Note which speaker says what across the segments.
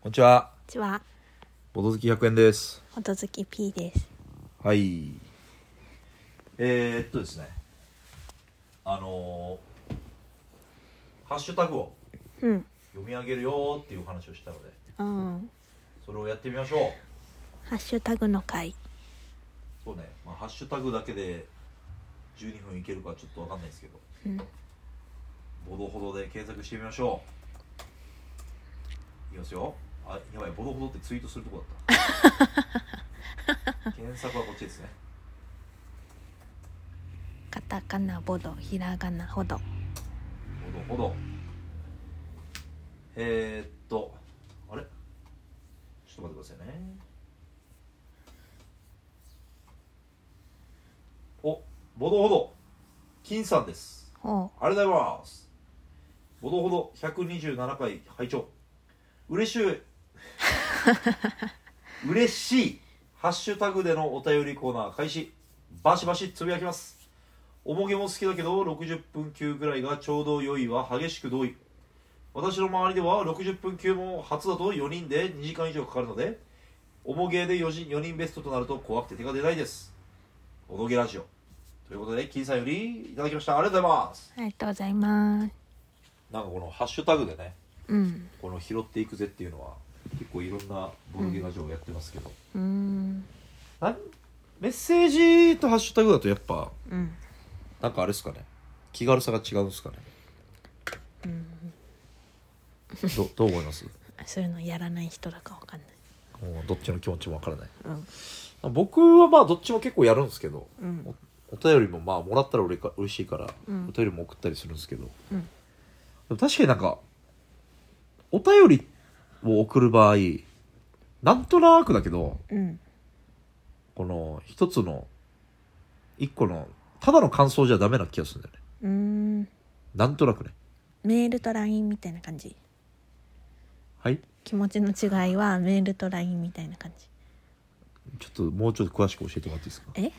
Speaker 1: こんにちは。
Speaker 2: こんにちは、
Speaker 1: ボト好き100円です。
Speaker 2: ほとずき P です。
Speaker 1: はい。えー、っとですね。あのーハッシュタグを
Speaker 2: うん。
Speaker 1: 読み上げるよーっていう話をしたので、
Speaker 2: うん。
Speaker 1: それをやってみましょう。
Speaker 2: ハッシュタグの回。
Speaker 1: そうね、まあ、ハッシュタグだけで12分いけるかちょっとわかんないですけど、
Speaker 2: うん
Speaker 1: ボドほどで検索してみましょういきますよあやばいボドほどってツイートするとこ だった検索はこっちですね
Speaker 2: カタカナボド、ひらがなほど。
Speaker 1: ボドほどえー、っとあれちょっと待ってくださいねおボドほど金さんです
Speaker 2: ほ
Speaker 1: ありがとうございます。ほどほど127回拝聴。嬉しい。嬉しい。ハッシュタグでのお便りコーナー開始。バシバシつぶやきます。おもげも好きだけど、60分級ぐらいがちょうど良いは激しく同意。私の周りでは60分級も初だと4人で2時間以上かかるので、おもげで 4, 人4人ベストとなると怖くて手が出ないです。おどげラジオ。ということで、金さんよりいただきました。ありがとうございます。
Speaker 2: う。ありがとうございます。
Speaker 1: なんかこのハッシュタグでね
Speaker 2: うん。
Speaker 1: この拾っていくぜっていうのは結構いろんなボルゲラジオやってますけど、
Speaker 2: うーん。
Speaker 1: なんメッセージとハッシュタグだとやっぱ
Speaker 2: うん。
Speaker 1: なんかあれですかね気軽さが違うんですかねどどう思います
Speaker 2: そういうのやらない人だかわかんない。
Speaker 1: もうどっちの気持ちもわからない
Speaker 2: うん。
Speaker 1: 僕はまあどっちも結構やるんですけど
Speaker 2: うん。
Speaker 1: お便りもまあもらったらうれか嬉しいから、
Speaker 2: うん
Speaker 1: お便りも送ったりするんですけど、
Speaker 2: うん
Speaker 1: でも確かになんかお便りを送る場合なんとなくだけど
Speaker 2: うん。
Speaker 1: この一つの一個のただの感想じゃダメな気がするんだよね
Speaker 2: うーん。
Speaker 1: なんとなくね
Speaker 2: メールと LINE みたいな感じ。
Speaker 1: はい
Speaker 2: 気持ちの違いはメールと LINE みたいな感じ。
Speaker 1: ちょっともうちょっと詳しく教えてもらっていいですか
Speaker 2: え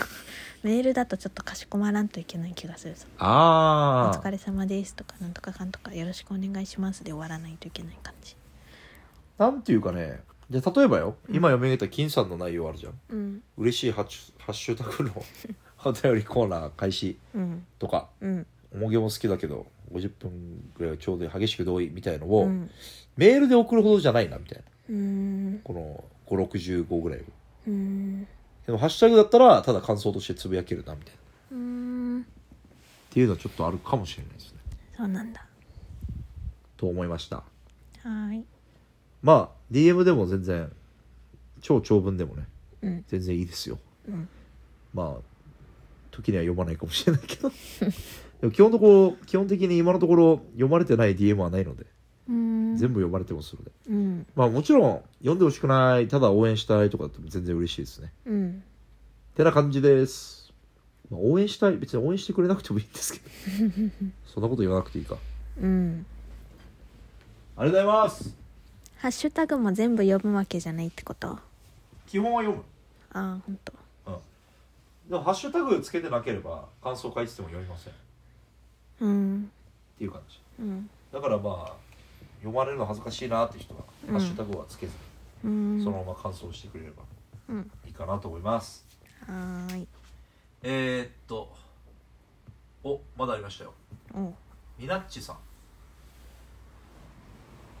Speaker 2: メールだとちょっとかしこまらんといけない気がするさ。お
Speaker 1: あ
Speaker 2: 疲れ様ですとか、なんとかかんとか、よろしくお願いしますで終わらないといけない感じ。
Speaker 1: あなんていうかねじゃあ例えばよ今読み上げた金さんの内容あるじゃん
Speaker 2: うん。
Speaker 1: 嬉しいハッシュハッシュタグの お便りコーナー開始
Speaker 2: うん。
Speaker 1: とか
Speaker 2: うん。
Speaker 1: おもげも好きだけど50分ぐらいちょうど激しく同意みたいのを、
Speaker 2: うん
Speaker 1: メールで送るほどじゃないなみたいな
Speaker 2: うーん
Speaker 1: この565ぐらいを
Speaker 2: うーん
Speaker 1: でもハッシュタグだったらただ感想としてつぶやけるなみたいな
Speaker 2: うーん
Speaker 1: っていうのはちょっとあるかもしれないですね
Speaker 2: そうなんだ
Speaker 1: と思いました
Speaker 2: はーい
Speaker 1: まあ DM でも全然超長文でもね
Speaker 2: うん
Speaker 1: 全然いいですよ
Speaker 2: うん
Speaker 1: まあ時には読まないかもしれないけど でも基本のところ基本的に今のところ読まれてない DM はないので
Speaker 2: うーん
Speaker 1: 全部読まれてますので
Speaker 2: うん
Speaker 1: まあもちろん読んでほしくないただ応援したいとかだって全然嬉しいですね
Speaker 2: うん
Speaker 1: てな感じです、まあ、応援したい別に応援してくれなくてもいいんですけ どそんなこと言わなくていいか
Speaker 2: うん
Speaker 1: ありがとうございます
Speaker 2: ハッシュタグも全部読むわけじゃないってことあ
Speaker 1: 基本は読む
Speaker 2: あ本当
Speaker 1: でもハッシュタグつけてなければ感想書いてても読みませんっ
Speaker 2: うん
Speaker 1: ていう感じ
Speaker 2: うん
Speaker 1: だからまあ読まれるの恥ずかしいなって人は、
Speaker 2: うん
Speaker 1: ハッシュタグはつけず
Speaker 2: うーん
Speaker 1: そのまま感想してくれれば
Speaker 2: うん
Speaker 1: いいかなと思います、
Speaker 2: はーい
Speaker 1: えー、っとおまだありましたよ
Speaker 2: お
Speaker 1: みなっちさん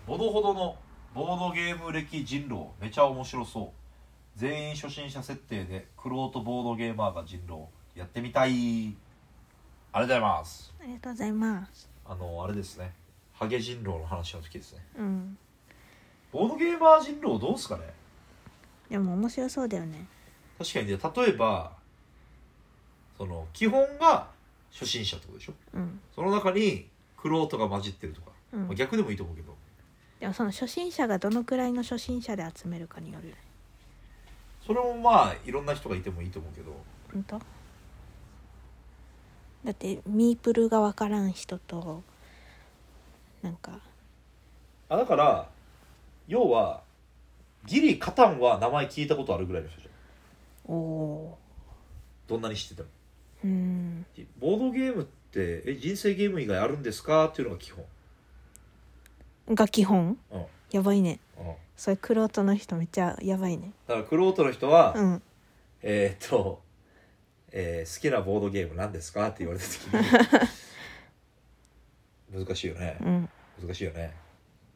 Speaker 1: ほどほどのボードゲーム歴人狼めちゃ面白そう全員初心者設定でクロートボードゲーマーが人狼やってみたいありがとうございます
Speaker 2: ありがとうございます
Speaker 1: あのあれですねハゲ人狼の話の時ですね
Speaker 2: うん
Speaker 1: ボードゲーマー人狼どうすかね
Speaker 2: でも面白そうだよね
Speaker 1: 確かにね例えばその基本が初心者ってことでしょ
Speaker 2: うん
Speaker 1: その中にクロートが混じってるとか、
Speaker 2: うん
Speaker 1: まあ、逆でもいいと思うけど
Speaker 2: でもその初心者がどのくらいの初心者で集めるかによるよね
Speaker 1: それもまあいろんな人がいてもいいと思うけど
Speaker 2: 本当だってミープルが分からん人となんか
Speaker 1: あだから要はギリカタンは名前聞いたことあるぐらいの人じゃん
Speaker 2: おお
Speaker 1: どんなに知ってても
Speaker 2: ーうん
Speaker 1: ボードゲームってえ人生ゲーム以外あるんですかっていうのが基本
Speaker 2: が基本
Speaker 1: うん
Speaker 2: やばいね
Speaker 1: うんだ
Speaker 2: それクロートの人めっちゃやばいね
Speaker 1: からクロートの人は、
Speaker 2: うん
Speaker 1: えーっと、えー好きなボードゲームなんですか?」って言われた時に 難しいよね
Speaker 2: うん
Speaker 1: 難しいよね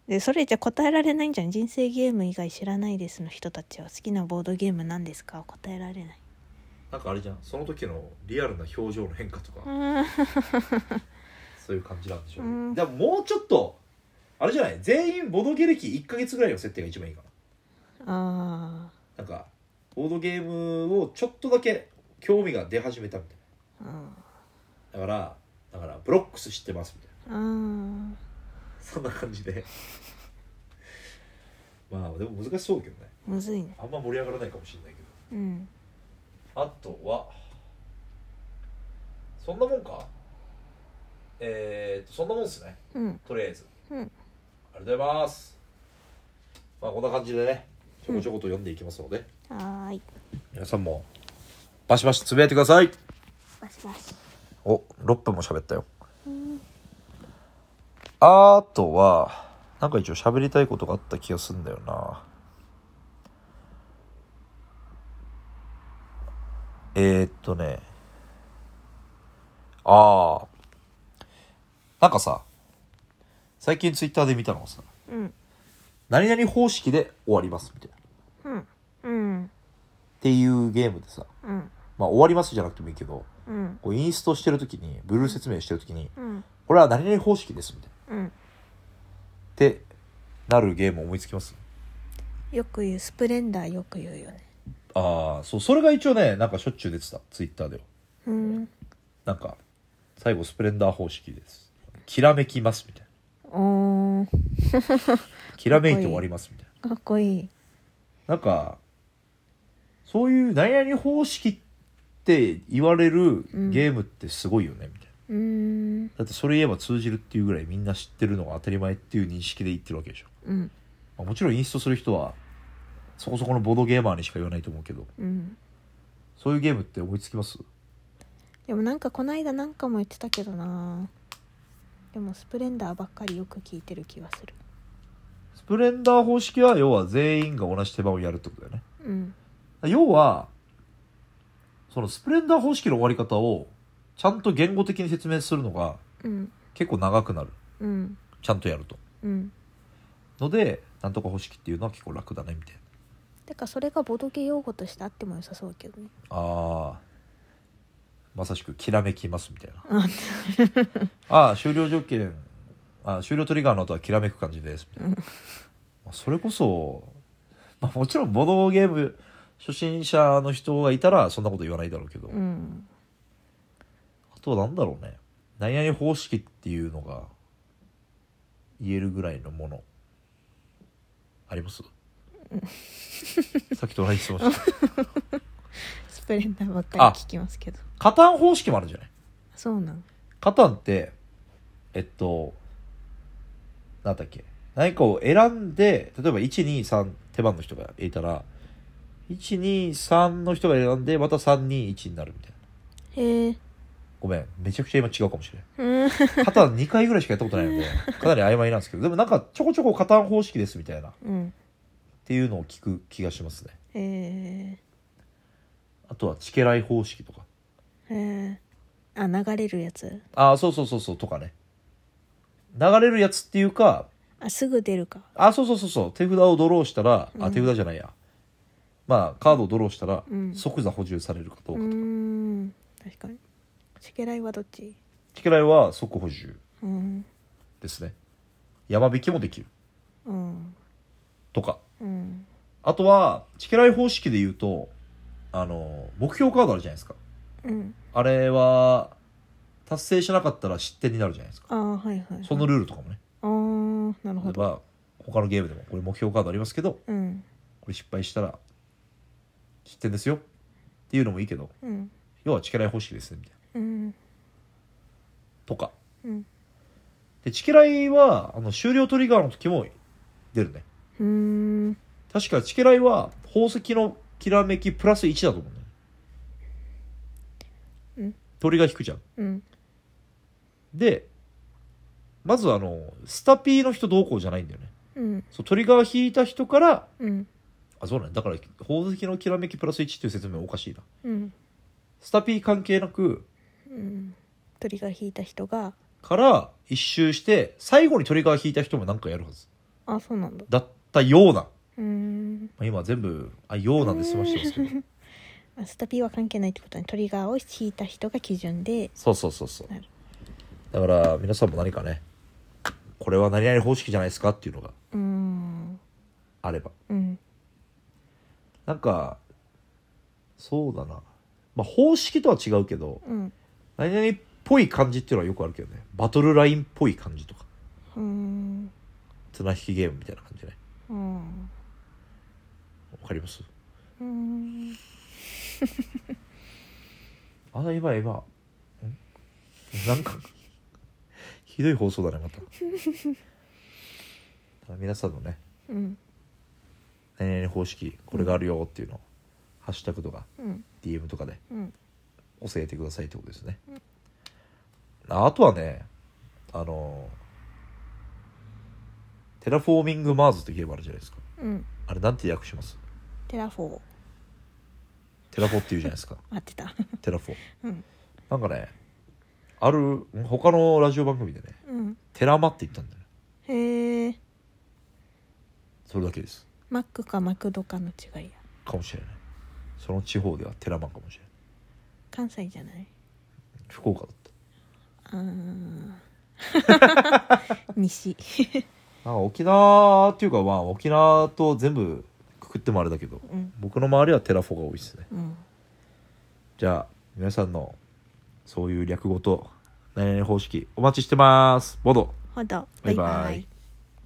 Speaker 2: でそれじゃ答えられないんじゃん人生ゲーム以外知らないですの人たちは好きなボードゲームなんですか答えられない
Speaker 1: なんかあれじゃんその時のリアルな表情の変化とか、
Speaker 2: うん
Speaker 1: そういう感じなんでしょうね、
Speaker 2: うん
Speaker 1: でももうちょっとあれじゃない全員ボドゲ歴1か月ぐらいの設定が一番いいか
Speaker 2: あ
Speaker 1: ななんかボードゲームをちょっとだけ興味が出始めたみたい
Speaker 2: ーうん
Speaker 1: なだからだからブロックス知ってますみたいな
Speaker 2: うん
Speaker 1: そんな感じで まあでも難しそうだけどね
Speaker 2: むずいね
Speaker 1: あんま盛り上がらないかもしれないけど
Speaker 2: うん
Speaker 1: あとはそんなもんかえー、とそんなもんっすね
Speaker 2: うん
Speaker 1: とりあえず、
Speaker 2: うん
Speaker 1: ありがとうございますまあこんな感じでねちょこちょこと読んでいきますので、
Speaker 2: はーい
Speaker 1: 皆さんもバシバシつぶやいてください
Speaker 2: バシバシ
Speaker 1: お6分も喋ったよ、あとはなんか一応喋りたいことがあった気がすんだよなえー、っとねああなんかさ最近ツイッターで見たのがさ
Speaker 2: うん
Speaker 1: 何々方式で終わりますみたいなっ
Speaker 2: うんうん
Speaker 1: ていうゲームでさ
Speaker 2: うん
Speaker 1: まあ終わりますじゃなくてもいいけど
Speaker 2: うん
Speaker 1: こうインストしてる時にブルー説明してる時に
Speaker 2: うん
Speaker 1: これは何々方式ですみたいな
Speaker 2: うん
Speaker 1: ってなるゲーム思いつきます
Speaker 2: よく言うスプレンダーよく言うよね
Speaker 1: ああそうそれが一応ねなんかしょっちゅう出てたツイッターでは
Speaker 2: うん
Speaker 1: なんか最後スプレンダー方式ですきらめきますみたい
Speaker 2: おー
Speaker 1: なきらめいて終わりますみたい
Speaker 2: かっこいい
Speaker 1: ななんかそういう何々方式って言われるゲームってすごいよね、みたいな
Speaker 2: うーん
Speaker 1: だってそれ言えば通じるっていうぐらいみんな知ってるのが当たり前っていう認識で言ってるわけでしょ、
Speaker 2: うん
Speaker 1: まあもちろんインストする人はそこそこのボードゲーマーにしか言わないと思うけど
Speaker 2: うん
Speaker 1: そういうゲームって思いつきます
Speaker 2: でもなんかこないだなんかも言ってたけどなでもスプレンダーばっかりよく聞いてる気はする
Speaker 1: スプレンダー方式は要は全員が同じ手番をやるってことだよね。
Speaker 2: うん
Speaker 1: 要は、そのスプレンダー方式の終わり方をちゃんと言語的に説明するのが
Speaker 2: うん
Speaker 1: 結構長くなる。
Speaker 2: うん
Speaker 1: ちゃんとやると。
Speaker 2: うん
Speaker 1: ので、なんとか方式っていうのは結構楽だねみたいな。
Speaker 2: てかそれがボドゲ用語としてあっても良さそうけどね
Speaker 1: あー、まさしくきらめきますみたいな。
Speaker 2: あ
Speaker 1: あー、終了条件、あー終了トリガーの後はきらめく感じですみたいな。まあそれこそ、まあもちろんボードゲーム初心者の人がいたらそんなこと言わないだろうけど。
Speaker 2: うん
Speaker 1: あとはなんだろうね。何々方式っていうのが言えるぐらいのもの。ありますさっきと同じ質問した。
Speaker 2: スプレンダーばっかり聞きますけど
Speaker 1: カタン方式もあるんじゃない
Speaker 2: そうなん
Speaker 1: カタンって、えっと、なんだっけ。何かを選んで、例えば1、2、3手番の人がいたら、1、2、3の人が選んで、また3、2、1になるみたいな。
Speaker 2: へえ
Speaker 1: ごめん。めちゃくちゃ今違うかもしれない。
Speaker 2: うん
Speaker 1: カタン2回ぐらいしかやったことないので、かなり曖昧なんですけど、でもなんかちょこちょこカタン方式ですみたいな、っ
Speaker 2: うん
Speaker 1: ていうのを聞く気がしますね。
Speaker 2: へ
Speaker 1: あとはチケライ方式とか。
Speaker 2: えへえあ流れるやつ
Speaker 1: ああ、そうそうそうそう、とかね。流れるやつっていうか、
Speaker 2: あすぐ出るか
Speaker 1: ああ、そうそうそうそう、手札をドローしたら、あ、手札じゃないや。まあ、カードをドローしたら、
Speaker 2: うん
Speaker 1: 即座補充されるかどう
Speaker 2: う
Speaker 1: かと。
Speaker 2: ーん確かにチケライはどっち
Speaker 1: チケライは即補充
Speaker 2: うん
Speaker 1: ですね。山引きもできる。
Speaker 2: うん
Speaker 1: とか。
Speaker 2: うん
Speaker 1: あとは、チケライ方式で言うと、あの、目標カードあるじゃないですか。
Speaker 2: うん
Speaker 1: あれは、達成しなかったら失点になるじゃないですか。
Speaker 2: ああはいはい
Speaker 1: そのルールとかもね。
Speaker 2: あーなる
Speaker 1: 例え
Speaker 2: ほど
Speaker 1: ば、他のゲームでも、これ目標カードありますけど、
Speaker 2: うん
Speaker 1: これ失敗したら、失点ですよ。っていうのもいいけど、
Speaker 2: うん
Speaker 1: 要はチケライ方式ですね、みたいな。
Speaker 2: うん
Speaker 1: とか。
Speaker 2: うん
Speaker 1: で、チケライは、あの、終了トリガーの時も出るね。
Speaker 2: うーん
Speaker 1: 確かチケライは、宝石のきらめきプラス1だと思うね
Speaker 2: ん。
Speaker 1: 鳥が引くじゃん。
Speaker 2: うん
Speaker 1: で、まずあの、スタピーの人どうこうじゃないんだよね。
Speaker 2: うん
Speaker 1: そうトリガー引いた人から
Speaker 2: うん
Speaker 1: あそうなんだだから宝石のきらめきプラス1という説明はおかしいな
Speaker 2: うん
Speaker 1: スタピー関係なく
Speaker 2: うんトリガー引いた人が
Speaker 1: から一周して最後にトリガー引いた人もなんかやるはず
Speaker 2: あそうなんだ
Speaker 1: だったような、ま
Speaker 2: うーん
Speaker 1: あ、今全部あようなんで済ましてますけど
Speaker 2: あスタピーは関係ないってことねトリガーを引いた人が基準で
Speaker 1: そうそうそうそう
Speaker 2: なる
Speaker 1: だから皆さんも何かねこれは何々方式じゃないですかっていうのが
Speaker 2: うーん
Speaker 1: あれば
Speaker 2: うん
Speaker 1: なんかそうだなまあ方式とは違うけど
Speaker 2: うん
Speaker 1: 何々っぽい感じっていうのはよくあるけどねバトルラインっぽい感じとか
Speaker 2: うーん
Speaker 1: 綱引きゲームみたいな感じね
Speaker 2: うん
Speaker 1: わかります
Speaker 2: うーん
Speaker 1: あ今今んなんかひどい放送だね まただから皆さんのね
Speaker 2: うん
Speaker 1: 何々方式これがあるよっていうのを、ハッシュタグとか
Speaker 2: うん
Speaker 1: DM とかで
Speaker 2: うん
Speaker 1: 教えてくださいってことですね、ああとはねあのテラフォーミングマーズというゲームあるじゃないですか
Speaker 2: うん
Speaker 1: あれなんて訳します
Speaker 2: テラフォー
Speaker 1: テラフォっていうじゃない ですか
Speaker 2: 合ってた
Speaker 1: テラフォ
Speaker 2: うん
Speaker 1: なんかねある他のラジオ番組でね
Speaker 2: うん
Speaker 1: テラマって言ったんだよね
Speaker 2: へえ
Speaker 1: それだけです
Speaker 2: マックかマクドかの違いや
Speaker 1: かもしれないその地方ではテラマンかもしれない
Speaker 2: 関西じゃない
Speaker 1: 福岡だった
Speaker 2: あー西
Speaker 1: なんか沖縄っていうかまあ沖縄と全部くくってもあれだけど
Speaker 2: うん
Speaker 1: 僕の周りはテラフォが多いですね
Speaker 2: うん
Speaker 1: じゃあ皆さんのそういう略語と何々方式お待ちしてますボド
Speaker 2: ほど
Speaker 1: バイバイ